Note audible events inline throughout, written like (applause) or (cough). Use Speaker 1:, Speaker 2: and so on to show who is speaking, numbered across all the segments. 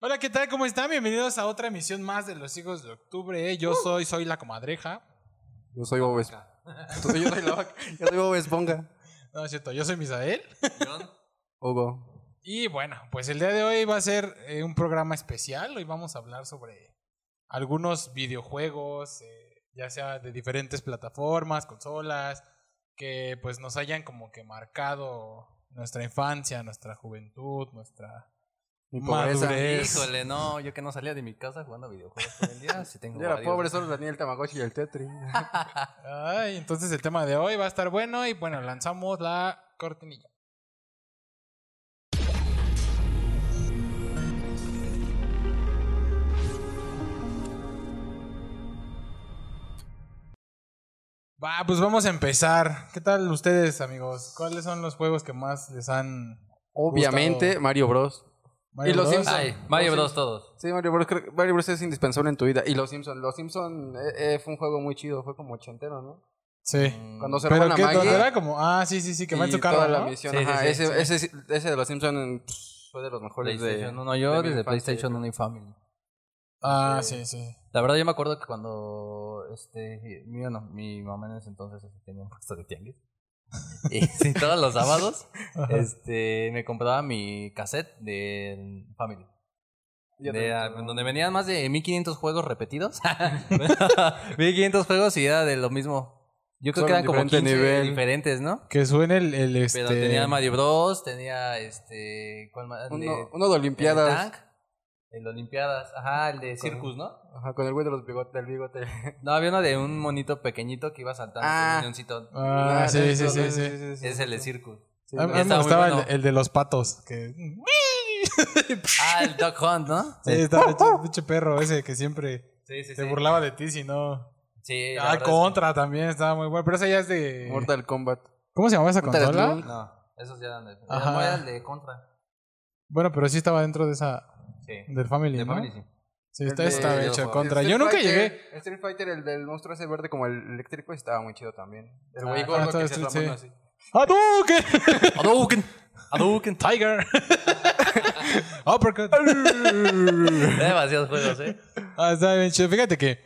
Speaker 1: Hola, ¿qué tal? ¿Cómo están? Bienvenidos a otra emisión más de Los Hijos de Octubre. Yo soy, soy la comadreja.
Speaker 2: Yo soy Bob Esponja. Entonces yo soy la vaca. Yo soy Bob Esponja.
Speaker 1: No, es cierto, yo soy Misael.
Speaker 2: Hugo.
Speaker 1: Y bueno, pues el día de hoy va a ser eh, un programa especial. Hoy vamos a hablar sobre algunos videojuegos, eh, ya sea de diferentes plataformas, consolas, que pues nos hayan como que marcado nuestra infancia, nuestra juventud, nuestra
Speaker 2: Mi pobreza.
Speaker 1: madurez.
Speaker 3: Híjole, no, yo que no salía de mi casa jugando videojuegos todo el día, sí tengo
Speaker 2: Yo era
Speaker 3: varios.
Speaker 2: pobre, solo tenía el Tamagotchi y el
Speaker 3: (laughs)
Speaker 2: Tetris.
Speaker 1: Ay, entonces el tema de hoy va a estar bueno y bueno, lanzamos la cortinilla. Va, pues vamos a empezar. ¿Qué tal ustedes, amigos? ¿Cuáles son los juegos que más les han...
Speaker 2: Obviamente,
Speaker 1: Gustavo.
Speaker 2: Mario Bros.
Speaker 1: Mario
Speaker 2: Y los
Speaker 1: Bros?
Speaker 2: Simpson.
Speaker 3: Ay, Mario Bros todos.
Speaker 2: Sí, Mario Bros. creo que Mario Bros es indispensable en tu vida. Y Los Simpson. Los Simpson eh, eh, fue un juego muy chido. Fue como ochentero, ¿no?
Speaker 1: Sí.
Speaker 3: Mm,
Speaker 2: Cuando se roban
Speaker 1: Pero
Speaker 2: a
Speaker 1: que
Speaker 2: Maggie.
Speaker 1: era como... Ah, sí, sí, sí, que va en
Speaker 2: y
Speaker 1: su carro,
Speaker 2: toda la
Speaker 1: ¿no?
Speaker 2: misión.
Speaker 3: Sí, sí,
Speaker 2: ajá,
Speaker 3: sí,
Speaker 2: ese,
Speaker 3: sí.
Speaker 2: Ese, ese de Los Simpson pff, fue de los mejores de...
Speaker 3: PlayStation 1 yo,
Speaker 2: de mi
Speaker 3: desde
Speaker 2: infancia,
Speaker 3: PlayStation
Speaker 2: yo
Speaker 3: 1 y Family.
Speaker 1: Ah, sí, sí.
Speaker 3: La verdad yo me acuerdo que cuando este mi, bueno, mi mamá en ese entonces este, tenía un puesto de tianguis. (laughs) y sí, todos los sábados
Speaker 1: Ajá.
Speaker 3: este me compraba mi cassette de Family.
Speaker 2: Ya
Speaker 3: De-
Speaker 2: te-
Speaker 3: ah, donde venían más de 1500 juegos repetidos. (laughs) 1500 juegos y era de lo mismo. Yo
Speaker 2: Solo
Speaker 3: creo que eran
Speaker 2: en
Speaker 3: como
Speaker 2: diferente
Speaker 3: 15
Speaker 2: nivel.
Speaker 3: diferentes, ¿no?
Speaker 1: Que suene el... el, este...
Speaker 3: Pero tenía Mario Bros, tenía este. ¿Cuál más? El de-
Speaker 2: Uno, uno de
Speaker 3: el de
Speaker 2: Olimpiadas.
Speaker 3: Tank, el de Olimpiadas, ajá, el de
Speaker 2: Con-
Speaker 3: Circus, ¿no?
Speaker 2: Ajá, con el güey de los bigotes, del bigote.
Speaker 3: No, había uno de un monito pequeñito que iba saltando
Speaker 2: Ah.
Speaker 3: con un leoncito.
Speaker 1: Ah, sí, sí, sí, sí.
Speaker 3: es el de Circus.
Speaker 2: Sí,
Speaker 1: A a mí
Speaker 3: Está
Speaker 1: me
Speaker 3: muy
Speaker 1: gustaba
Speaker 3: bueno.
Speaker 1: el, el de los patos. Que...
Speaker 3: Ah, el Duck Hunt, ¿no?
Speaker 1: (laughs) Sí, estaba
Speaker 3: (laughs)
Speaker 1: hecho, pinche perro ese que siempre
Speaker 3: Sí, sí,
Speaker 1: se burlaba de ti si no.
Speaker 3: Sí, la
Speaker 1: Ah,
Speaker 3: verdad es que-
Speaker 1: Contra también estaba muy bueno. Pero esa ya es de.
Speaker 2: Mortal Kombat.
Speaker 1: ¿Cómo se llamaba esa
Speaker 2: Mortal
Speaker 1: consola?
Speaker 2: Slug.
Speaker 3: No, esos ya eran de.
Speaker 1: Ajá.
Speaker 3: no, eran de Contra.
Speaker 1: Bueno, pero sí estaba dentro de esa.
Speaker 3: Sí.
Speaker 1: Del Family,
Speaker 3: De
Speaker 1: ¿no?
Speaker 3: Family, sí.
Speaker 1: Sí, está,
Speaker 2: El de-
Speaker 1: estaba
Speaker 3: el
Speaker 1: hecho
Speaker 3: de-
Speaker 1: Contra.
Speaker 2: El
Speaker 1: Yo
Speaker 2: Street
Speaker 1: nunca
Speaker 2: Fighter-
Speaker 1: llegué.
Speaker 2: el Street Fighter, el del monstruo ese verde como el eléctrico, estaba muy chido también. El
Speaker 3: Ah,
Speaker 2: güey
Speaker 3: ah,
Speaker 2: gordo
Speaker 1: todo
Speaker 2: que se
Speaker 1: Street,
Speaker 2: la mano
Speaker 1: sí.
Speaker 2: así.
Speaker 1: ¡Ah, ¡Hadouken!
Speaker 3: Hadouken. (laughs) Hadouken.
Speaker 1: ¡Tiger! (laughs) ¡Uppercut!
Speaker 3: Demasiados juegos, ¿eh?
Speaker 1: Ah, está bien chido. Fíjate que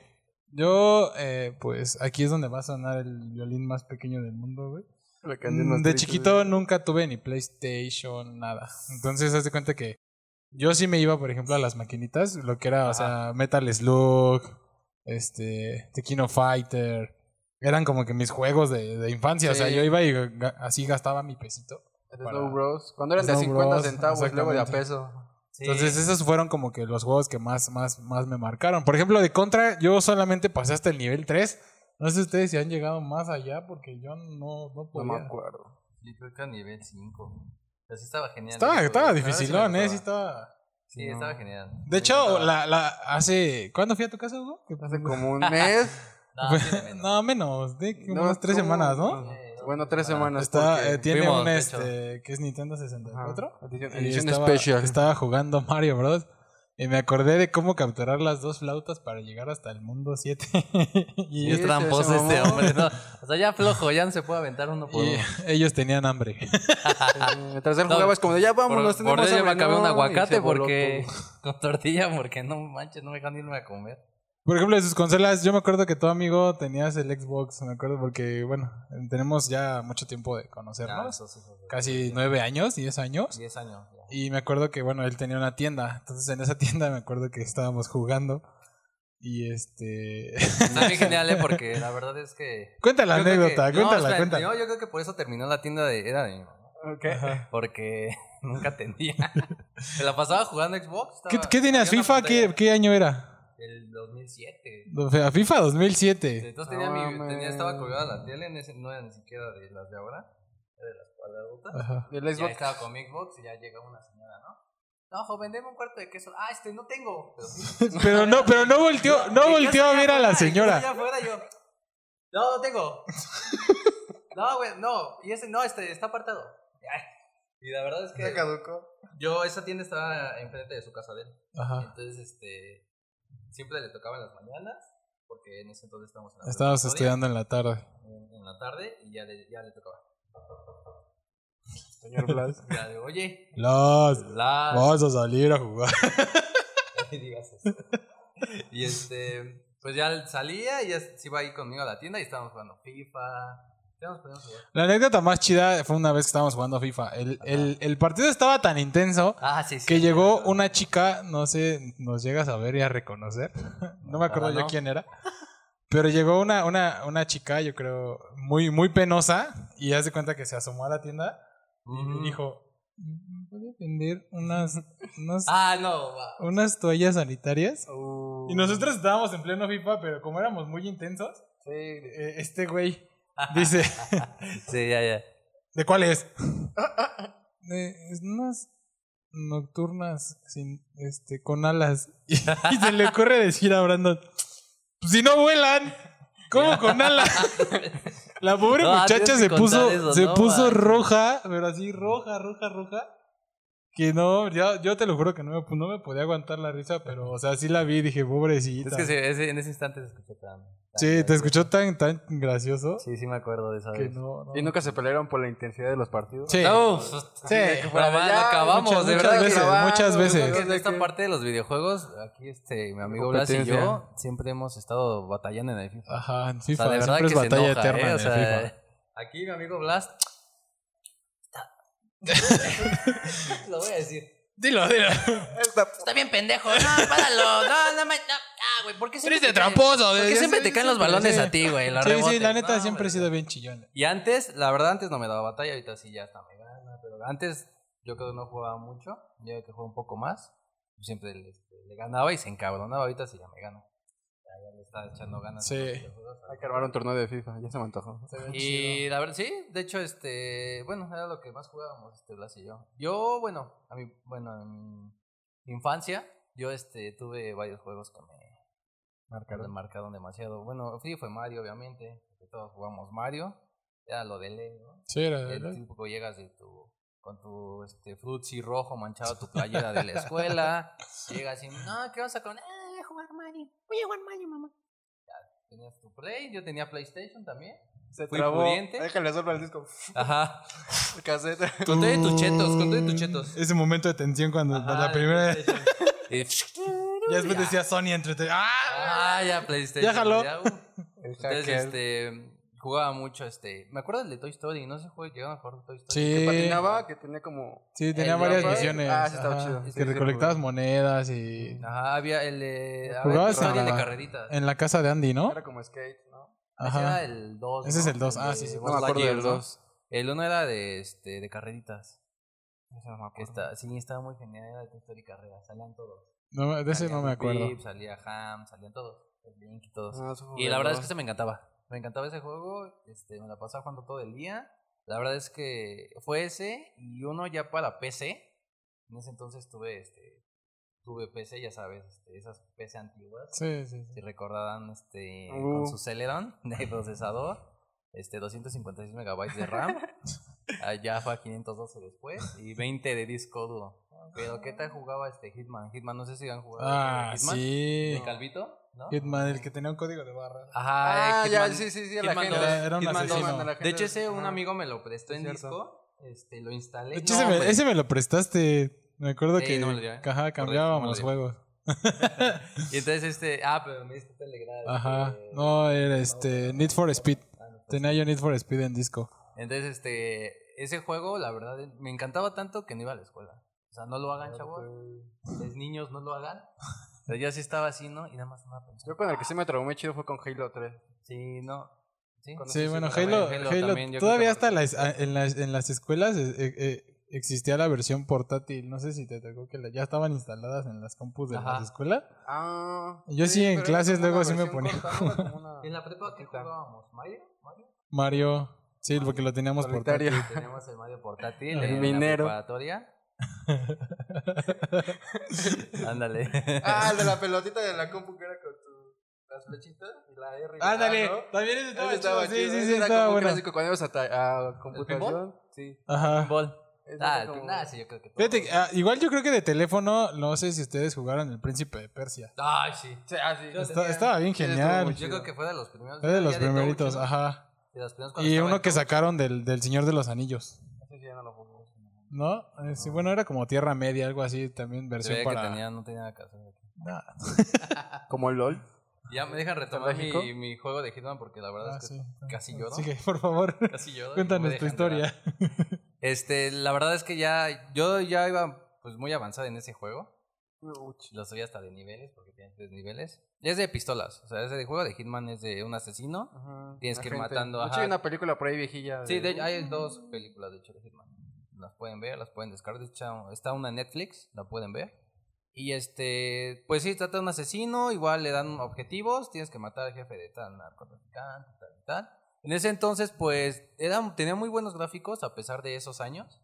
Speaker 1: yo, eh, pues aquí es donde va a sonar el violín más pequeño del mundo, güey.
Speaker 2: La canción
Speaker 1: Mm,
Speaker 2: más
Speaker 1: De
Speaker 2: triste.
Speaker 1: chiquito nunca tuve ni PlayStation, nada. Entonces, haz de cuenta que yo sí me iba, por ejemplo, a las maquinitas, lo que era, o sea, Metal Slug, este, Tequino Fighter. Eran como que mis juegos de, de infancia, o sea,
Speaker 2: Sí.
Speaker 1: yo iba y ga- así gastaba mi pesito.
Speaker 2: El
Speaker 1: para-
Speaker 2: Snow Bros. Cuando eran de
Speaker 1: Snow
Speaker 2: 50
Speaker 1: Bros,
Speaker 2: centavos, luego de a
Speaker 1: exactamente.
Speaker 2: peso.
Speaker 3: Sí.
Speaker 1: Entonces, esos fueron como que los juegos que más, más, más me marcaron. Por ejemplo, de Contra, yo solamente pasé hasta el nivel 3. No sé ustedes si han llegado más allá, porque yo no, no
Speaker 2: No
Speaker 1: podía.
Speaker 2: me acuerdo.
Speaker 3: Yo creo que a nivel 5. Pero sí estaba genial.
Speaker 1: estaba,
Speaker 3: Ese
Speaker 1: estaba
Speaker 3: juego. La verdad sí me
Speaker 1: dificilón, ¿eh? Sí
Speaker 3: gustaba.
Speaker 1: estaba...
Speaker 3: Sí,
Speaker 2: No.
Speaker 3: estaba genial.
Speaker 1: De hecho, la, la hace. ¿Cuándo fui a tu casa, Hugo? ¿Qué
Speaker 2: Hace
Speaker 1: pasó?
Speaker 2: como un
Speaker 1: (laughs)
Speaker 2: mes.
Speaker 3: No, tiene menos.
Speaker 1: No, menos. De que
Speaker 2: No,
Speaker 1: unas tres
Speaker 2: como-
Speaker 1: semanas, ¿no?
Speaker 2: Bueno, tres semanas.
Speaker 1: Está,
Speaker 2: porque-
Speaker 1: eh, tiene
Speaker 3: Fuimos,
Speaker 1: un
Speaker 3: de hecho.
Speaker 1: este. que es Nintendo 64?
Speaker 2: Ajá, Edición,
Speaker 1: Y
Speaker 2: edición
Speaker 1: estaba-
Speaker 2: especial. (laughs)
Speaker 1: Estaba jugando Mario Bros. Y me acordé de cómo capturar las dos flautas para llegar hasta el mundo 7. (laughs) y
Speaker 3: Y es
Speaker 2: Sí,
Speaker 3: tramposo
Speaker 2: se- se
Speaker 3: este
Speaker 2: mamó.
Speaker 3: hombre,
Speaker 1: (laughs)
Speaker 3: ¿no? O sea, ya flojo, ya no se puede aventar uno por
Speaker 1: y
Speaker 3: uno.
Speaker 1: ellos tenían hambre. (laughs)
Speaker 2: Eh, Mientras él
Speaker 3: No,
Speaker 2: jugaba, es como de ya vámonos,
Speaker 3: por por
Speaker 2: tenemos
Speaker 3: ello me
Speaker 2: hambre",
Speaker 3: acabé
Speaker 2: no,
Speaker 3: un
Speaker 2: y se
Speaker 3: aguacate
Speaker 2: voló
Speaker 3: porque...
Speaker 2: todo.
Speaker 3: (laughs) Con tortilla porque no manches, no me dejan irme a comer.
Speaker 1: Por ejemplo, de sus consolas, yo me acuerdo que tu amigo tenías el Xbox. Me acuerdo porque, bueno, tenemos ya mucho tiempo de conocernos. Casi nueve años, diez años.
Speaker 3: 10 años. ya.
Speaker 1: Y me acuerdo que, bueno, él tenía una tienda. Entonces en esa (laughs) tienda me acuerdo que estábamos jugando. Y este. (laughs)
Speaker 3: Está bien genial, ¿eh? Porque la verdad es que...
Speaker 1: cuenta la
Speaker 3: yo creo
Speaker 1: anécdota,
Speaker 3: que- no,
Speaker 1: cuéntala,
Speaker 3: espera,
Speaker 1: cuéntala.
Speaker 3: Yo, yo creo que por eso terminó la tienda de... Era de mi mamá,
Speaker 1: (laughs) Ajá.
Speaker 3: Porque (laughs) nunca tenía. Se la pasaba jugando Xbox. estaba-
Speaker 1: ¿Qué, qué tenías?
Speaker 3: había una
Speaker 1: ¿FIFA? ¿Qué,
Speaker 3: pantalla.
Speaker 1: qué año era?
Speaker 3: El 2007.
Speaker 1: O sea, FIFA 2007.
Speaker 3: Entonces
Speaker 2: No
Speaker 3: tenía, mi-
Speaker 2: mames.
Speaker 3: tenía- estaba colgada la tele, en ese, no era ni siquiera de las de ahora, era de las cuadradotas.
Speaker 1: Ajá. (laughs)
Speaker 2: El
Speaker 3: Ya
Speaker 2: Xbox.
Speaker 3: estaba con mi Xbox y ya llegó una señora, ¿no? No, joven, deme un cuarto de queso. Ah, este, no tengo. Pero,
Speaker 1: (laughs)
Speaker 3: sí.
Speaker 1: Pero no, pero no volteó, no
Speaker 3: Y yo
Speaker 1: volteó a
Speaker 3: allá
Speaker 1: ver a la
Speaker 3: afuera, y yo allá
Speaker 1: señora.
Speaker 3: afuera, yo, no, no
Speaker 1: (laughs)
Speaker 3: tengo. No, güey, no. Y ese, no, este, está apartado. Ay, Y la verdad es
Speaker 2: Ya
Speaker 3: que
Speaker 2: caducó.
Speaker 3: yo, esa tienda estaba enfrente de su casa de él.
Speaker 1: Ajá.
Speaker 3: Entonces, este, siempre le tocaba en las mañanas, porque en ese entonces estábamos en la
Speaker 1: Estábamos
Speaker 3: preparatoria.
Speaker 1: estudiando en la tarde.
Speaker 3: en, en la tarde y ya le, ya le tocaba.
Speaker 2: Señor Blas.
Speaker 3: (laughs) Ya digo, oye,
Speaker 1: Los.
Speaker 3: la...
Speaker 1: (laughs) Oh.
Speaker 3: (laughs)
Speaker 1: Vamos a salir a jugar. (laughs)
Speaker 3: ni digas eso. y este, pues ya salía y ya se iba ahí conmigo a la tienda y estábamos jugando FIFA. Estábamos poniendo a jugar.
Speaker 1: La anécdota más chida fue una vez que estábamos jugando a FIFA. El, el- el partido estaba tan intenso
Speaker 3: Ah, sí, sí.
Speaker 1: que llegó una chica, no sé, nos llegas a ver y a reconocer. (laughs) No me acuerdo
Speaker 3: Ojalá
Speaker 1: yo
Speaker 3: no.
Speaker 1: quién era. Pero llegó una, una, una chica, yo creo, muy, muy penosa y hace cuenta que se asomó a la tienda y me
Speaker 3: Ujú.
Speaker 1: dijo, "Mm, ¿puede vender unas, unas,
Speaker 3: Ah, no. va.
Speaker 1: unas toallas sanitarias?
Speaker 3: Uh.
Speaker 1: Y nosotros estábamos en pleno FIFA, pero como éramos muy intensos,
Speaker 3: Sí,
Speaker 1: eh, este güey dice...
Speaker 3: sí, ya, ya.
Speaker 1: ¿De cuál es? Ah, De unas nocturnas sin, este, con alas. (laughs) Y, y se le ocurre decir a Brandon, "Pues si no vuelan, ¿cómo con (laughs) alas? La pobre
Speaker 3: No,
Speaker 1: muchacha
Speaker 3: tienes
Speaker 1: se
Speaker 3: que
Speaker 1: puso,
Speaker 3: contar eso,
Speaker 1: se
Speaker 3: no,
Speaker 1: puso
Speaker 3: man.
Speaker 1: roja, pero así roja, roja, roja. Que no, ya, yo te lo juro que no me, no me podía aguantar la risa, pero o sea, sí la vi y dije, pobrecita.
Speaker 3: Es que sí, ese- en ese instante se escuchó tan. tan
Speaker 1: Sí, te escuchó tan, tan gracioso
Speaker 3: Sí, sí me acuerdo de esa
Speaker 1: que
Speaker 3: vez.
Speaker 1: no. no.
Speaker 2: Y nunca se pelearon por la intensidad de los partidos.
Speaker 1: Sí.
Speaker 3: No, pues,
Speaker 1: Sí.
Speaker 3: pero ya
Speaker 2: Ya,
Speaker 3: acabamos,
Speaker 1: muchas-
Speaker 3: de
Speaker 1: muchas
Speaker 3: verdad. que
Speaker 1: veces,
Speaker 3: acabamos.
Speaker 1: muchas
Speaker 3: Yo creo
Speaker 1: veces.
Speaker 3: que En esta parte de los videojuegos, aquí este, mi amigo Blas y
Speaker 2: Competencia.
Speaker 3: yo siempre hemos estado batallando en el FIFA.
Speaker 1: Ajá, en
Speaker 3: O
Speaker 1: FIFA
Speaker 3: sea, de verdad
Speaker 1: Ah, siempre
Speaker 3: que
Speaker 1: es
Speaker 3: se
Speaker 1: batalla
Speaker 3: enoja,
Speaker 1: eterna
Speaker 3: ¿eh?
Speaker 1: en
Speaker 3: O
Speaker 1: el
Speaker 3: sea,
Speaker 1: FIFA.
Speaker 3: Aquí mi amigo Blas. (laughs) Lo voy a decir.
Speaker 1: Dilo,
Speaker 3: (laughs)
Speaker 1: dilo.
Speaker 3: Está bien pendejo, no, páralo, no, no, ma- no. Ah, güey, ¿por qué siempre
Speaker 1: Eres de
Speaker 3: te caen-
Speaker 1: este tramposo.
Speaker 3: por qué
Speaker 1: desde-
Speaker 3: siempre te caen los
Speaker 1: siempre,
Speaker 3: balones
Speaker 1: sí.
Speaker 3: a ti, güey? los
Speaker 1: Sí, sí,
Speaker 3: rebotes?
Speaker 1: la neta
Speaker 3: No,
Speaker 1: siempre he
Speaker 3: hombre,
Speaker 1: sido bien chillón.
Speaker 3: Y antes, la verdad, antes no me daba batalla, ahorita sí ya está me gana, pero antes yo creo que no jugaba mucho, ya que juego un poco más, siempre le, este, le ganaba y se encabronaba, ahorita sí ya me gana. Ya, ya le está echando ganas.
Speaker 1: Sí.
Speaker 2: Hay que armar un torneo de FIFA, ya se me antojó.
Speaker 3: Y la verdad, sí, de hecho, este, bueno, era lo que más jugábamos, este, Blas y yo. Yo, bueno, a mi, bueno, en mi infancia, yo, este, tuve varios juegos que me marcaron, marcaron demasiado. Bueno, sí, fue Mario, obviamente, que todos jugamos Mario, era lo de Leo, ¿no?
Speaker 1: Sí, era de
Speaker 3: El
Speaker 1: verdad.
Speaker 3: típico llegas de tu, con tu este, frutzi rojo manchado tu playera de la
Speaker 1: (laughs)
Speaker 3: escuela. llegas y, no, ¿qué vas a con? Ah, voy a jugar Mario. Voy a jugar Mario, mamá. Ya, tenías tu Play, yo tenía PlayStation también.
Speaker 2: Se
Speaker 3: Fui pudiente.
Speaker 2: Déjale solo el disco.
Speaker 3: (laughs) Ajá.
Speaker 2: El cassette.
Speaker 3: Con todo y tus chetos, con todo y tus chetos.
Speaker 1: Mm, Ese momento de tensión cuando
Speaker 3: Ajá,
Speaker 1: la
Speaker 3: de
Speaker 1: primera vez.
Speaker 3: PlayStation.
Speaker 1: (laughs)
Speaker 3: Y-
Speaker 1: Ya después decía Sony entre. ¡Ah!
Speaker 3: (laughs) Ah, ya PlayStation.
Speaker 1: Ya jaló.
Speaker 3: uh.
Speaker 2: (laughs)
Speaker 3: Entonces, este, jugaba mucho, este, me acuerdo del de Toy Story, no sé, jugué- llegaron a jugar Toy Story.
Speaker 1: Sí.
Speaker 2: Patinaba, que tenía como...
Speaker 1: Sí, tenía
Speaker 3: El eh.
Speaker 1: varias
Speaker 3: Rafa-
Speaker 1: misiones.
Speaker 2: Ah, sí, estaba
Speaker 1: ajá,
Speaker 2: chido.
Speaker 1: Que
Speaker 2: Sí, sí,
Speaker 1: recolectabas
Speaker 2: jugué.
Speaker 1: monedas y.
Speaker 3: Ajá, había el de. a ver,
Speaker 1: Jugabas
Speaker 3: Toy Story,
Speaker 2: en
Speaker 3: el de
Speaker 1: la-
Speaker 3: carreritas.
Speaker 1: En la casa de Andy, ¿no?
Speaker 2: Era como skate, ¿no?
Speaker 3: Ese era
Speaker 1: Ajá.
Speaker 3: el 2.
Speaker 1: Ese es el dos, ah, sí, sí,
Speaker 2: No me acuerdo del dos.
Speaker 3: El 1 era de, este, de carreritas.
Speaker 2: Ese no me
Speaker 3: Que
Speaker 2: acuerdo.
Speaker 3: está, sí, estaba muy genial, era de Toy Story Carreras, salían todos.
Speaker 1: No, de ese
Speaker 3: Salía
Speaker 1: no me
Speaker 3: Pip
Speaker 1: acuerdo.
Speaker 3: Pip, salía Ham, salían todos. El Link y todos.
Speaker 2: Ah, eso fue
Speaker 3: Y la verdad es
Speaker 2: dos.
Speaker 3: que se me encantaba. Me encantaba ese juego. Este, me la pasaba jugando todo el día. La verdad es que fue ese y uno ya para PC. En ese entonces tuve este tuve PC, ya sabes, este, esas PC antiguas.
Speaker 1: Sí, sí, sí.
Speaker 3: Si recordarán este
Speaker 2: Uh.
Speaker 3: con su Celeron (laughs) de procesador, este 256 megabytes
Speaker 2: (laughs)
Speaker 3: de RAM. Allá fue a 512 después y 20 de disco duro. Pero qué tal jugaba este Hitman? Hitman no sé si han jugado
Speaker 1: Ah,
Speaker 3: Hitman.
Speaker 1: sí.
Speaker 3: De Calvito, ¿no?
Speaker 1: Hitman, el que tenía un código de barra.
Speaker 3: Ajá,
Speaker 2: Ah,
Speaker 3: Hitman-
Speaker 2: ya, sí, sí, sí,
Speaker 3: Hitman
Speaker 2: la gente.
Speaker 3: dos.
Speaker 1: Era- era un
Speaker 2: Hitman dos,
Speaker 1: asesino.
Speaker 2: la
Speaker 3: De
Speaker 2: gente-
Speaker 3: hecho, ese un
Speaker 2: Ajá.
Speaker 3: amigo me lo prestó
Speaker 2: Es
Speaker 3: en
Speaker 2: cierto.
Speaker 3: disco. Este, lo instalé.
Speaker 1: De hecho, Pues, ese, me,
Speaker 3: hombre.
Speaker 1: ese me lo prestaste. Me acuerdo
Speaker 3: Sí,
Speaker 1: que
Speaker 3: no me lo dio, ¿eh?
Speaker 1: ajá, cambiábamos
Speaker 3: dio.
Speaker 1: juegos.
Speaker 3: Y entonces este. Ah, pero me diste Telegram.
Speaker 1: Ajá.
Speaker 3: este,
Speaker 1: No, era este Need for Speed.
Speaker 3: Ah, pues
Speaker 1: Tenía yo Need for Speed en disco.
Speaker 3: Entonces, este. Ese juego, la verdad, eh, me encantaba tanto que no iba a la escuela. O sea, no lo hagan, chavos. Los niños no lo hagan. Pero yo sí estaba así, ¿no? Y nada más andaba pensando.
Speaker 2: Yo con el que sí me traumé chido fue con Halo 3.
Speaker 3: Sí, no. Sí,
Speaker 2: Con-
Speaker 1: Sí,
Speaker 2: sí,
Speaker 1: bueno,
Speaker 2: también,
Speaker 1: Halo,
Speaker 3: Halo
Speaker 1: Halo,
Speaker 3: también, yo creo
Speaker 1: todavía
Speaker 3: que
Speaker 1: hasta
Speaker 3: porque-
Speaker 1: las- a- en, las, en las escuelas eh, eh, eh, existía la versión portátil. No sé si te tocó que la- ya estaban instaladas en las compus de
Speaker 3: Ajá.
Speaker 1: las escuelas.
Speaker 2: Ah.
Speaker 1: Yo sí, en
Speaker 2: pero era
Speaker 1: clases
Speaker 2: como una
Speaker 1: luego sí me
Speaker 2: versión
Speaker 1: ponía
Speaker 2: corta, ¿no?
Speaker 1: (laughs)
Speaker 2: Era como una-
Speaker 3: En la prepa, ¿qué
Speaker 2: Ahorita.
Speaker 3: jugábamos? ¿Mario? ¿Mario?
Speaker 1: Mario, sí,
Speaker 3: Ah,
Speaker 1: porque lo teníamos portátil.
Speaker 2: Solitario.
Speaker 3: Tenemos el Mario portátil
Speaker 1: El
Speaker 3: en la
Speaker 2: minero.
Speaker 3: preparatoria. Ándale.
Speaker 2: Ah, el de la pelotita de la compu que era con tu, las flechitas y la R. y
Speaker 3: Ah,
Speaker 2: la A,
Speaker 1: Ándale,
Speaker 2: ¿no?
Speaker 1: Ah, también ese
Speaker 2: Ese
Speaker 1: estaba, chido. Sí, sí, sí,
Speaker 2: era
Speaker 1: estaba
Speaker 2: como un
Speaker 1: bueno.
Speaker 2: clásico cuando ibas a, ta- a computación.
Speaker 3: pinball?
Speaker 2: Sí.
Speaker 1: Ajá.
Speaker 3: Ball.
Speaker 2: Ese
Speaker 3: Ah,
Speaker 2: era como-
Speaker 3: nah, sí, yo creo que
Speaker 1: Fíjate, que,
Speaker 3: todos.
Speaker 1: ah, igual yo creo que de teléfono, no sé si ustedes jugaron El Príncipe de Persia.
Speaker 3: Ay, sí.
Speaker 2: Sí, ah, sí.
Speaker 3: Yo
Speaker 1: Está-
Speaker 3: tenía-
Speaker 1: estaba bien
Speaker 2: ah, Sí, estuvo
Speaker 1: genial.
Speaker 2: muy
Speaker 3: Yo creo que fue de los primeros.
Speaker 1: Es de los
Speaker 3: Ya touch,
Speaker 1: primeritos,
Speaker 3: ¿no?
Speaker 1: ajá.
Speaker 3: De los primeros cuando
Speaker 1: Y
Speaker 3: estaba
Speaker 1: uno
Speaker 3: en
Speaker 1: que
Speaker 3: touch.
Speaker 1: sacaron del, del Señor de los Anillos,
Speaker 2: Ese sí ya no lo jugué.
Speaker 1: ¿no? Eh, sí, bueno, era como Tierra Media, algo así, también
Speaker 3: Se
Speaker 1: versión
Speaker 3: veía que
Speaker 1: para... Ah,
Speaker 3: tenía- no tenía nada que hacer.
Speaker 1: No.
Speaker 2: Como el LOL.
Speaker 3: Ya me dejan retomar
Speaker 2: México?
Speaker 3: mi, mi juego de Hitman porque la verdad
Speaker 1: Ah,
Speaker 3: es que
Speaker 1: sí.
Speaker 3: casi lloro.
Speaker 1: Sigue, por
Speaker 3: (laughs)
Speaker 1: favor.
Speaker 3: casi lloro y no me
Speaker 1: (laughs) Cuéntanos tu
Speaker 3: dejan llorar.
Speaker 1: historia.
Speaker 3: Este, la verdad es que ya, yo ya iba pues muy avanzada en ese juego. Lo subí hasta de niveles, porque tiene tres niveles. Y es de pistolas, o sea, ese juego de Hitman es de un asesino.
Speaker 2: Ajá,
Speaker 3: Tienes
Speaker 2: la
Speaker 3: que ir
Speaker 2: gente.
Speaker 3: matando,
Speaker 2: De hecho,
Speaker 3: ajá.
Speaker 2: hay una película por ahí viejilla.
Speaker 3: Sí, de, hay dos películas de hecho de Hitman. Las pueden ver, las pueden descargar. De hecho, Está una en Netflix, la pueden ver. Y este, pues sí, trata de un asesino, igual le dan objetivos, tienes que matar al jefe de tal narcotraficante, tal y tal. En ese entonces, pues, era, tenía muy buenos gráficos a pesar de esos años.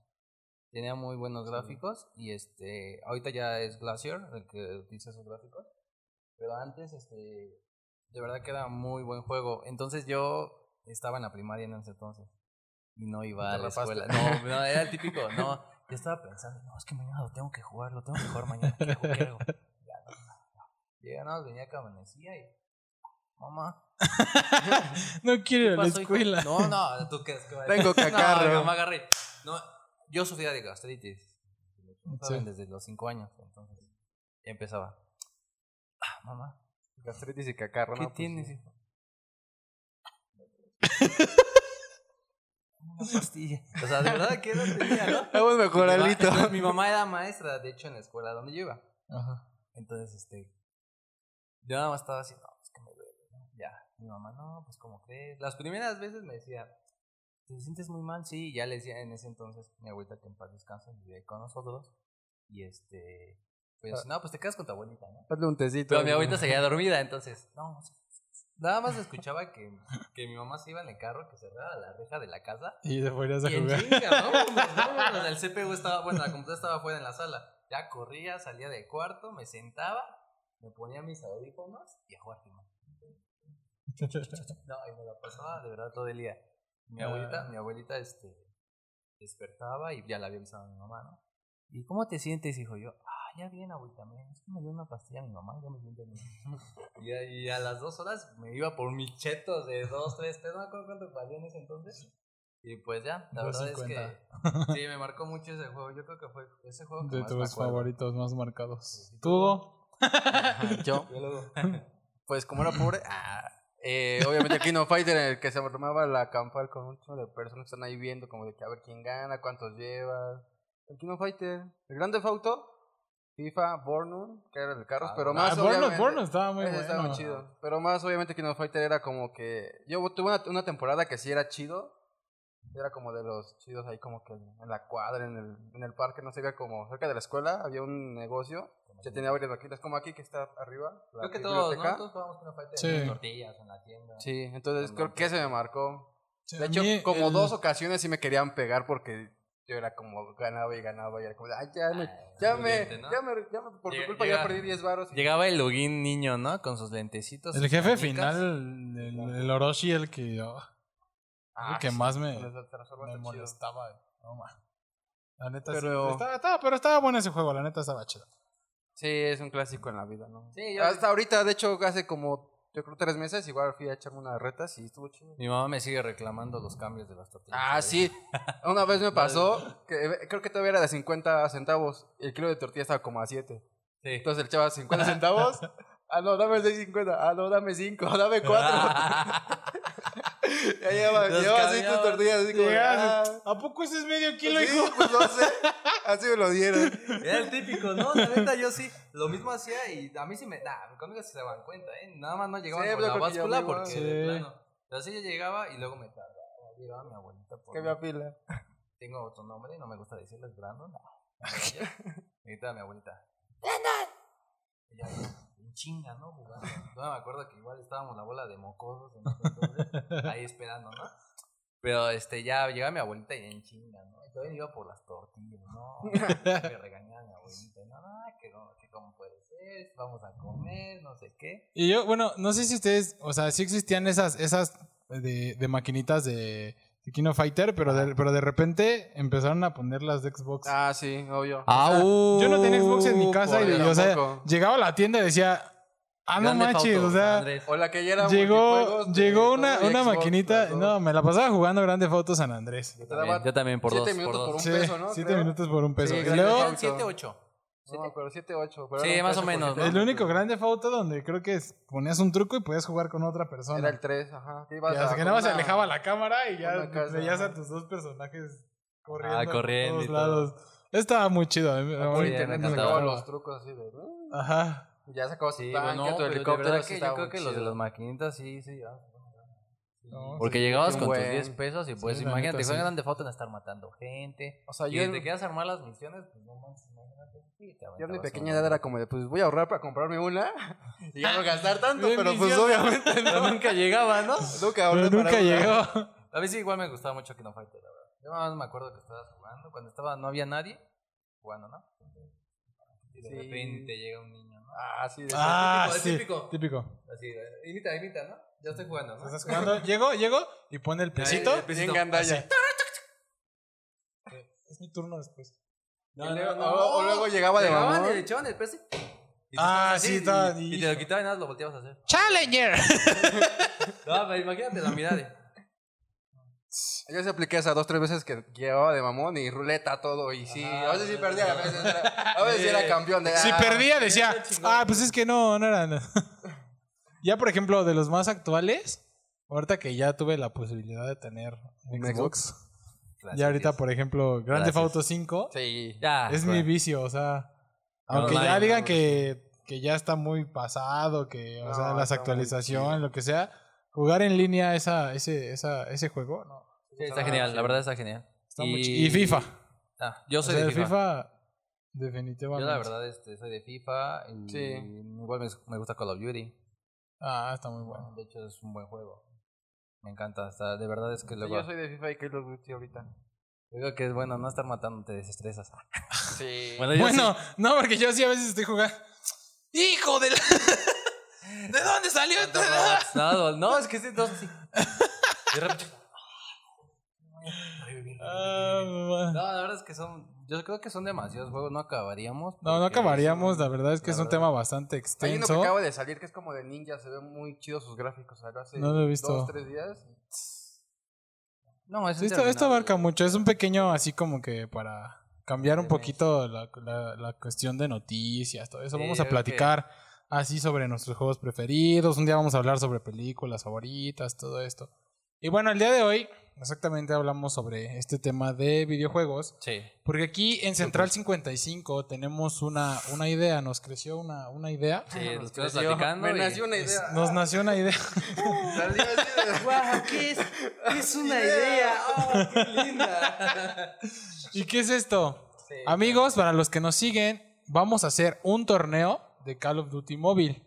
Speaker 3: Tenía muy buenos gráficos y este, ahorita ya es Glacier el que utiliza esos gráficos. Pero antes, este, de verdad que era muy buen juego. Entonces yo estaba en la primaria en ese entonces. Y no iba a
Speaker 2: Te
Speaker 3: la
Speaker 2: rapaste.
Speaker 3: escuela. No, no, era el típico. No, yo estaba pensando, no, es que mañana lo tengo que jugar, lo tengo que jugar mañana. ¿Qué hago? ¿Qué hago? Ya, no, no. Llega, no, venía que amanecía y. Mamá.
Speaker 1: (laughs) No quiero ir a la
Speaker 3: pasó, hijo?
Speaker 1: escuela.
Speaker 3: No, (laughs) no, tú crees que va a
Speaker 2: Tengo cacarro.
Speaker 3: No, me agarré. No, yo sufría de gastritis. Como saben,
Speaker 1: Sí.
Speaker 3: desde los 5 años. Entonces, ya empezaba. Ah, mamá,
Speaker 2: Gastritis y cacarro.
Speaker 3: ¿qué
Speaker 2: ¿no? Pues,
Speaker 3: tienes,
Speaker 2: sí. (laughs)
Speaker 3: hijo? (laughs) Una pastilla. O sea, de verdad que no tenía, ¿no?
Speaker 2: Vamos
Speaker 3: (laughs)
Speaker 2: mejor,
Speaker 3: Mi ma-
Speaker 2: Alito.
Speaker 3: Mi mamá era maestra, de hecho, en la escuela donde yo iba.
Speaker 1: Ajá.
Speaker 3: Entonces, este. Yo nada más estaba así, no, es que me duele, ¿no? Ya. Mi mamá, no, pues como crees. Las primeras veces me decía, ¿te sientes muy mal? Sí, ya le decía en ese entonces, mi abuelita que en paz descansa, vivía ahí con nosotros. Y este. Pues, no, pues te quedas con tu abuelita, ¿no?
Speaker 2: Hazle un tecito.
Speaker 3: Pero mi
Speaker 2: (laughs)
Speaker 3: abuelita seguía dormida, entonces, no. Nada más escuchaba que, que mi mamá se iba en el carro, que cerraba la reja de la casa
Speaker 1: Y te podrías a
Speaker 3: y en
Speaker 1: jugar. (laughs)
Speaker 3: chinga, vámonos, vámonos. El CPU estaba, bueno, la computadora estaba afuera en la sala. Ya corría, salía del cuarto, me sentaba, me ponía mis audífonos y a jugar Timón. No, y me la pasaba de verdad todo el día. Mi
Speaker 1: Ah.
Speaker 3: abuelita, mi abuelita, este, despertaba y ya la había avisado a mi mamá, ¿no? ¿Y cómo te sientes, hijo? Yo, ah, ya bien, abuelita, mira, es que me dio una pastilla mi mamá y yo me siento bien. (laughs) y, a, y a las dos horas me iba por mis chetos de dos, tres pesos, no me acuerdo cuánto valía en ese entonces. Y pues ya, la
Speaker 1: Dos
Speaker 3: verdad es que sí, me marcó mucho ese juego. Yo creo que fue ese juego que
Speaker 1: De
Speaker 3: más me
Speaker 1: tus
Speaker 3: acuerdo.
Speaker 1: favoritos más marcados.
Speaker 3: Sí.
Speaker 1: ¿Tú?
Speaker 2: Ajá, Yo,
Speaker 1: (laughs)
Speaker 3: Yo luego-
Speaker 2: pues como
Speaker 1: Mm.
Speaker 2: era pobre. ah, eh, obviamente, Kino Fighter, en el que se armaba la campal con un chorro de personas que están ahí viendo, como de que a ver quién gana, cuántos llevas. El Kino Fighter. El Grande Fauto. FIFA, Bornun, que era el de carros,
Speaker 3: Ah,
Speaker 2: pero
Speaker 3: no.
Speaker 2: más.
Speaker 1: Ah, Burnout,
Speaker 2: obviamente-
Speaker 1: Burnout estaba muy
Speaker 2: Ese
Speaker 1: bueno.
Speaker 2: estaba muy chido. Pero más obviamente Kino Fighter era como que. Yo tuve una, una temporada que sí era chido. Era como de los chidos ahí como que en la cuadra, en el, en el parque, no sé, era como cerca de la escuela, había un negocio que tenía varias maquinitas, como aquí que está arriba. la
Speaker 3: Creo que todos,
Speaker 2: biblioteca.
Speaker 3: ¿no? Todos jugamos con una falta de
Speaker 1: Sí.
Speaker 3: tortillas en la tienda.
Speaker 2: Sí, entonces
Speaker 3: También.
Speaker 2: creo que ese me marcó.
Speaker 1: Sí,
Speaker 2: De
Speaker 1: a
Speaker 2: hecho,
Speaker 1: mí
Speaker 2: como
Speaker 1: el-
Speaker 2: dos ocasiones sí me querían pegar porque yo era como ganaba y ganaba y era como, ay, ya me, ya me,
Speaker 3: obviamente, Ah, ¿no?
Speaker 2: ya me, ya me- por tu
Speaker 3: Llega-
Speaker 2: culpa
Speaker 3: llega-
Speaker 2: ya perdí 10 varos. y-
Speaker 3: Llegaba el Lugin niño, ¿no? Con sus lentecitos.
Speaker 1: El
Speaker 3: sus
Speaker 1: jefe
Speaker 3: canicas.
Speaker 1: final, el, el Orochi, el que, oh, el
Speaker 3: Ah,
Speaker 1: que
Speaker 2: Ah, sí,
Speaker 1: más me,
Speaker 2: con los transformas
Speaker 1: me
Speaker 2: está chido.
Speaker 1: molestaba. eh. No, ma. La neta,
Speaker 2: Pero-
Speaker 1: sí, estaba, estaba- pero estaba bueno ese juego, la neta estaba chido.
Speaker 2: Sí, es un clásico en la vida, ¿no?
Speaker 3: Sí, yo-
Speaker 2: Hasta ahorita, de hecho, hace como, yo creo, tres meses, igual fui a echarme unas retas y estuvo chido.
Speaker 3: Mi mamá me sigue reclamando los cambios de las tortillas.
Speaker 2: Ah,
Speaker 3: (laughs)
Speaker 2: sí. Una vez me pasó, que eh, creo que todavía era de 50 centavos. El kilo de tortilla estaba como a 7.
Speaker 3: Sí.
Speaker 2: Entonces el chava, 50 centavos. (laughs) Ah, no, dame el 6.50. Ah, no, dame 5, (laughs) dame 4.
Speaker 3: Ah,
Speaker 2: ya llevaba,
Speaker 3: Los
Speaker 2: llevaba así tus
Speaker 3: cambiaban.
Speaker 2: tortillas, así como. Ah,
Speaker 1: Llegas, ¿A poco ese es medio kilo,
Speaker 2: sí,
Speaker 1: hijo?
Speaker 2: pues no sé. (laughs) Así me lo (laughs) dieron.
Speaker 3: (laughs) Era el típico, ¿no? La neta, yo sí. Lo mismo hacía y a mí sí me. Nah, conmigo sí se daban cuenta, ¿eh? Nada más no llegaban
Speaker 2: Sí,
Speaker 3: con
Speaker 2: yo
Speaker 3: la
Speaker 2: creo que yo
Speaker 3: báscula
Speaker 2: igual.
Speaker 3: porque.
Speaker 1: Sí.
Speaker 3: de plano. Entonces yo llegaba y luego me tardaba. Llegaba mi abuelita por.
Speaker 2: Que me apila.
Speaker 3: Tengo otro nombre y no me gusta decirlo, es
Speaker 2: (laughs)
Speaker 3: Brandon. No. Me gritaba mi abuelita. ¡Brandon! Ella, en chinga, ¿no? Jugando. No me acuerdo que igual estábamos la bola de mocosos en ese entonces, ahí esperando, ¿no? Pero este, ya llegaba mi abuelita y en chinga, ¿no? Y todavía iba por las tortillas,
Speaker 2: (laughs)
Speaker 3: ¿no? Me regañaba mi abuelita, no, que no, que cómo puede ser, vamos a comer, no sé qué.
Speaker 1: Y yo, bueno, no sé si ustedes, o sea, sí existían esas, esas de, de maquinitas de, de Kino Fighter, pero de, pero de repente empezaron a poner las de Xbox.
Speaker 2: Ah, sí, obvio.
Speaker 3: uh,
Speaker 1: Yo no tenía Xbox en mi casa y,
Speaker 2: Joder,
Speaker 1: o sea,
Speaker 2: tampoco.
Speaker 1: llegaba a la tienda y decía, ah, no
Speaker 3: Grande
Speaker 1: manches,
Speaker 3: Fauto,
Speaker 1: o sea,
Speaker 3: Andrés.
Speaker 2: O la que ya era
Speaker 1: llegó,
Speaker 2: multijuegos de
Speaker 1: llegó
Speaker 2: todo
Speaker 1: una,
Speaker 2: y
Speaker 1: una
Speaker 2: Xbox,
Speaker 1: maquinita,
Speaker 2: las dos.
Speaker 1: no, me la pasaba jugando Grande Foto San Andrés.
Speaker 2: Te daba
Speaker 3: Yo también por
Speaker 2: siete
Speaker 3: dos.
Speaker 2: minutos
Speaker 3: por
Speaker 2: por
Speaker 3: dos.
Speaker 2: un peso, ¿no?
Speaker 1: siete
Speaker 2: Creo.
Speaker 1: minutos por un peso.
Speaker 2: Sí,
Speaker 1: y
Speaker 2: Grande
Speaker 1: luego,
Speaker 2: Fauto.
Speaker 3: Eran siete, ocho.
Speaker 2: No me acuerdo, 7, 8. pero
Speaker 3: Sí,
Speaker 2: era un
Speaker 3: más o
Speaker 2: 13 por
Speaker 3: menos, ¿no?
Speaker 2: 7.
Speaker 3: El
Speaker 1: El único grande foto donde creo que es- ponías un truco y podías jugar con otra persona.
Speaker 2: Era el 3, ajá. Que ibas
Speaker 1: Ya,
Speaker 2: a-
Speaker 1: que nada más se
Speaker 2: una-
Speaker 1: alejaba la cámara y ya
Speaker 2: una casa,
Speaker 1: veías a
Speaker 2: ajá.
Speaker 1: tus dos personajes corriendo.
Speaker 3: Ah,
Speaker 1: por
Speaker 3: corriendo
Speaker 1: todos
Speaker 3: y todo.
Speaker 1: lados. Estaba muy chido. a mí- a mí-
Speaker 2: Por
Speaker 3: Sí, ya me
Speaker 2: internet
Speaker 3: encantaba.
Speaker 2: sacaba los trucos así de. "Uh",
Speaker 1: Ajá.
Speaker 2: y Ya sacaba su
Speaker 3: Sí, güey,
Speaker 2: tanque,
Speaker 3: no,
Speaker 2: tu
Speaker 3: pero de
Speaker 2: helicóptero.
Speaker 3: verdad
Speaker 2: sí
Speaker 3: que yo
Speaker 2: estaba
Speaker 3: creo
Speaker 2: muy
Speaker 3: que los de
Speaker 2: chido.
Speaker 3: las maquinitas sí, sí, ya.
Speaker 1: No,
Speaker 3: Porque llegabas
Speaker 2: sí,
Speaker 3: con
Speaker 2: güey.
Speaker 3: tus 10 pesos y pues
Speaker 1: Sí, la
Speaker 3: imagínate,
Speaker 1: neta, sí.
Speaker 3: juegan grande foto en estar matando gente.
Speaker 2: O sea,
Speaker 3: y
Speaker 2: yo
Speaker 3: te
Speaker 2: en,
Speaker 3: quedas a armar las misiones, pues no manches, imagínate. Sí, te
Speaker 2: yo en mi
Speaker 3: aventabas
Speaker 2: pequeña
Speaker 3: una.
Speaker 2: edad era como de, pues voy a ahorrar para comprarme una (laughs) y ya no gastar tanto,
Speaker 1: Bien
Speaker 2: pero pues
Speaker 1: vicioso.
Speaker 3: (laughs)
Speaker 2: obviamente no.
Speaker 3: Pero nunca
Speaker 2: (laughs)
Speaker 3: llegaba, ¿no?
Speaker 2: Nunca
Speaker 1: Pero
Speaker 2: ahorré para
Speaker 1: nunca
Speaker 2: una.
Speaker 1: llegó.
Speaker 3: A mí sí igual me gustaba mucho Kino Fighter, la verdad. Yo nada más me acuerdo que estabas jugando, cuando estaba no había nadie jugando, ¿no? Y de
Speaker 2: Sí.
Speaker 3: repente llega un niño, ¿no?
Speaker 2: Ah, sí, de
Speaker 1: Ah,
Speaker 3: típico,
Speaker 1: sí.
Speaker 3: típico.
Speaker 1: Típico.
Speaker 3: Así, eh, imita, imita, ¿no? Ya estoy jugando, ¿no?
Speaker 1: Estás jugando. Llego, llego y pone el pesito.
Speaker 3: Ahí, el
Speaker 2: Bien
Speaker 3: pesito.
Speaker 2: gandalla. (laughs)
Speaker 1: Así. Es mi turno después.
Speaker 2: Y luego-
Speaker 3: Oh,
Speaker 2: o- o luego llegaba de
Speaker 3: Llegaban
Speaker 2: mamón.
Speaker 3: y le echaban el peso. y- y tú
Speaker 1: Ah,
Speaker 3: estabas así,
Speaker 1: sí,
Speaker 3: y-
Speaker 1: estaban-
Speaker 3: Y, te
Speaker 1: hijo.
Speaker 3: lo quitaban y nada, más lo volteabas a hacer.
Speaker 1: ¡Challenger!
Speaker 3: No, pero imagínate la mirada. de-
Speaker 2: Yo se apliqué esa dos, tres veces que llevaba de mamón y ruleta todo. Y sí,
Speaker 3: Ajá,
Speaker 2: a veces sí
Speaker 3: güey.
Speaker 2: perdía, a veces era, a veces sí era campeón. De,
Speaker 1: Si
Speaker 2: ah,
Speaker 1: perdía, decía,
Speaker 3: está chingón.
Speaker 1: ah, pues es que no, no (laughs) eran. ya, por ejemplo, de los más actuales, ahorita que ya tuve la posibilidad de tener un
Speaker 2: ¿Un
Speaker 1: Xbox,
Speaker 3: Gracias,
Speaker 1: ya ahorita,
Speaker 3: Dios.
Speaker 1: por ejemplo, Grand Theft
Speaker 3: Gracias.
Speaker 1: Auto 5
Speaker 2: Sí.
Speaker 3: Ya.
Speaker 1: es mi
Speaker 3: bueno.
Speaker 1: vicio, o sea,
Speaker 3: No,
Speaker 1: aunque
Speaker 3: no,
Speaker 1: ya
Speaker 3: no,
Speaker 1: digan
Speaker 2: no.
Speaker 1: que, que ya está muy pasado, que, o
Speaker 2: No,
Speaker 1: sea, las
Speaker 2: está muy
Speaker 1: actualizaciones,
Speaker 2: chido.
Speaker 1: lo que sea, jugar en línea esa, ese, esa, ese juego, no,
Speaker 3: Sí, está genial, la verdad está genial.
Speaker 1: está muy chido. Y FIFA,
Speaker 3: Ah, yo
Speaker 1: o
Speaker 3: soy
Speaker 1: sea,
Speaker 3: de
Speaker 1: el
Speaker 3: FIFA.
Speaker 1: FIFA,
Speaker 3: Yo
Speaker 1: definitivamente.
Speaker 3: la verdad este, soy de FIFA y
Speaker 2: Sí.
Speaker 3: igual me, me gusta Call of Duty.
Speaker 1: Ah, está muy bueno.
Speaker 3: De hecho es un buen juego. Me encanta, está, de verdad es que
Speaker 2: Sí,
Speaker 3: luego
Speaker 2: yo soy de FIFA y Call of Duty ahorita.
Speaker 3: yo creo que es bueno no estar matando, te desestresas.
Speaker 2: Sí.
Speaker 3: yo
Speaker 1: Bueno, no, porque yo sí a veces estoy jugando. ¡Hijo de la... ¿De dónde salió esto?
Speaker 3: sí- no, no, es que sí, dos sí. De repente-
Speaker 1: Ah, mamá.
Speaker 3: No, la verdad es que son, yo creo que son demasiados juegos, no acabaríamos.
Speaker 1: No, no
Speaker 3: porque-
Speaker 1: acabaríamos. La verdad es que
Speaker 3: La
Speaker 1: es un
Speaker 3: verdad.
Speaker 1: tema bastante
Speaker 2: Hay uno que
Speaker 1: extenso.
Speaker 2: acaba de salir que es como de ninja, se ven muy chidos sus gráficos. salió hace
Speaker 1: No lo he visto.
Speaker 2: Dos, tres días.
Speaker 3: No, es
Speaker 1: Sí, esto, esto
Speaker 3: interminable.
Speaker 1: abarca mucho. Es un pequeño así como que para cambiar un
Speaker 3: De
Speaker 1: poquito la, la- la cuestión de noticias, todo eso.
Speaker 3: Sí,
Speaker 1: Vamos
Speaker 3: yo
Speaker 1: a
Speaker 3: creo
Speaker 1: platicar así sobre nuestros juegos preferidos. Un día vamos a hablar sobre películas favoritas, todo esto. Y bueno, el día de hoy exactamente hablamos sobre este tema de videojuegos.
Speaker 3: Sí.
Speaker 1: Porque aquí en Central 55 tenemos una, una idea, nos creció una, una idea.
Speaker 3: Sí, lo estuvimos
Speaker 2: Creció.
Speaker 3: platicando
Speaker 2: Me
Speaker 3: y-
Speaker 2: nació una idea.
Speaker 1: Nos nació una idea. (laughs)
Speaker 2: Salió así de-
Speaker 3: ¡Guau! ¿Qué es? ¿Qué es una
Speaker 2: (laughs) Idea. Ah,
Speaker 3: idea? ¡Oh, qué linda!
Speaker 1: ¿Y qué es esto?
Speaker 3: este,
Speaker 1: Amigos, para los que nos siguen, vamos a hacer un torneo de Call of Duty móvil.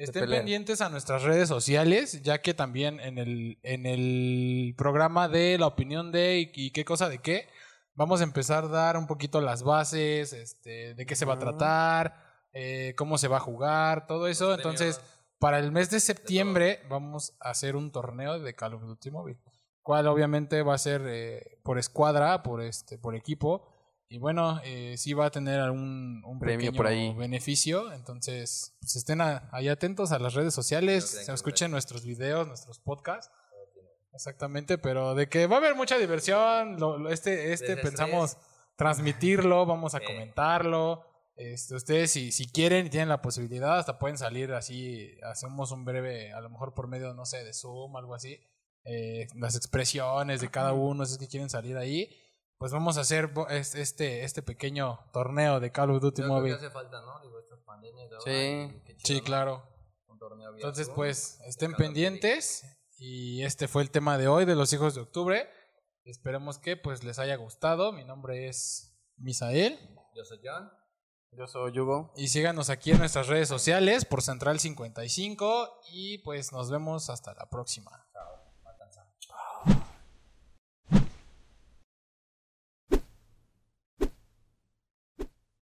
Speaker 1: Estén
Speaker 2: pelean.
Speaker 1: pendientes a nuestras redes sociales, ya que también en el, en el programa de la opinión de y, y qué cosa de qué, vamos a empezar a dar un poquito las bases, este, de qué se va a
Speaker 2: Ujú.
Speaker 1: tratar, eh, cómo se va a jugar, todo eso. Entonces, Para el mes de septiembre vamos a hacer un torneo de Call of Duty Mobile, cual obviamente va a ser eh, por escuadra, por este, por equipo. Y bueno, eh, sí va a tener algún un
Speaker 2: Premio
Speaker 1: pequeño
Speaker 2: por ahí.
Speaker 1: beneficio. Entonces, pues estén a- ahí atentos a las redes
Speaker 3: No
Speaker 1: sociales,
Speaker 3: crean
Speaker 1: se
Speaker 3: que
Speaker 1: escuchen nuestros videos, nuestros podcasts. Exactamente, pero de que va a haber mucha diversión, lo- lo- este, este
Speaker 3: Desestrés.
Speaker 1: pensamos transmitirlo, vamos a
Speaker 3: Sí.
Speaker 1: comentarlo. Este, ustedes si, si quieren y tienen la posibilidad, hasta pueden salir así, hacemos un breve, a lo mejor por medio, no sé, de Zoom, algo así, eh, las expresiones de cada uno, si es que quieren salir ahí, pues vamos a hacer bo- es- este, este pequeño torneo de Call of Duty
Speaker 3: Yo creo que
Speaker 1: Mobile.
Speaker 3: hace falta, ¿no? Digo, estas pandemias de ahora
Speaker 2: Sí.
Speaker 3: y qué chido,
Speaker 1: Sí,
Speaker 3: ¿no?
Speaker 1: claro.
Speaker 3: Un torneo vía
Speaker 1: Entonces,
Speaker 3: Zoom.
Speaker 1: pues, estén
Speaker 3: Call of Duty.
Speaker 1: pendientes. Y este fue el tema de hoy de los hijos de octubre. Esperemos que pues les haya gustado. Mi nombre es Misael.
Speaker 3: Yo soy John.
Speaker 2: Yo soy Yugo.
Speaker 1: Y síganos aquí en nuestras redes sociales por Central 55. Y pues nos vemos hasta la próxima.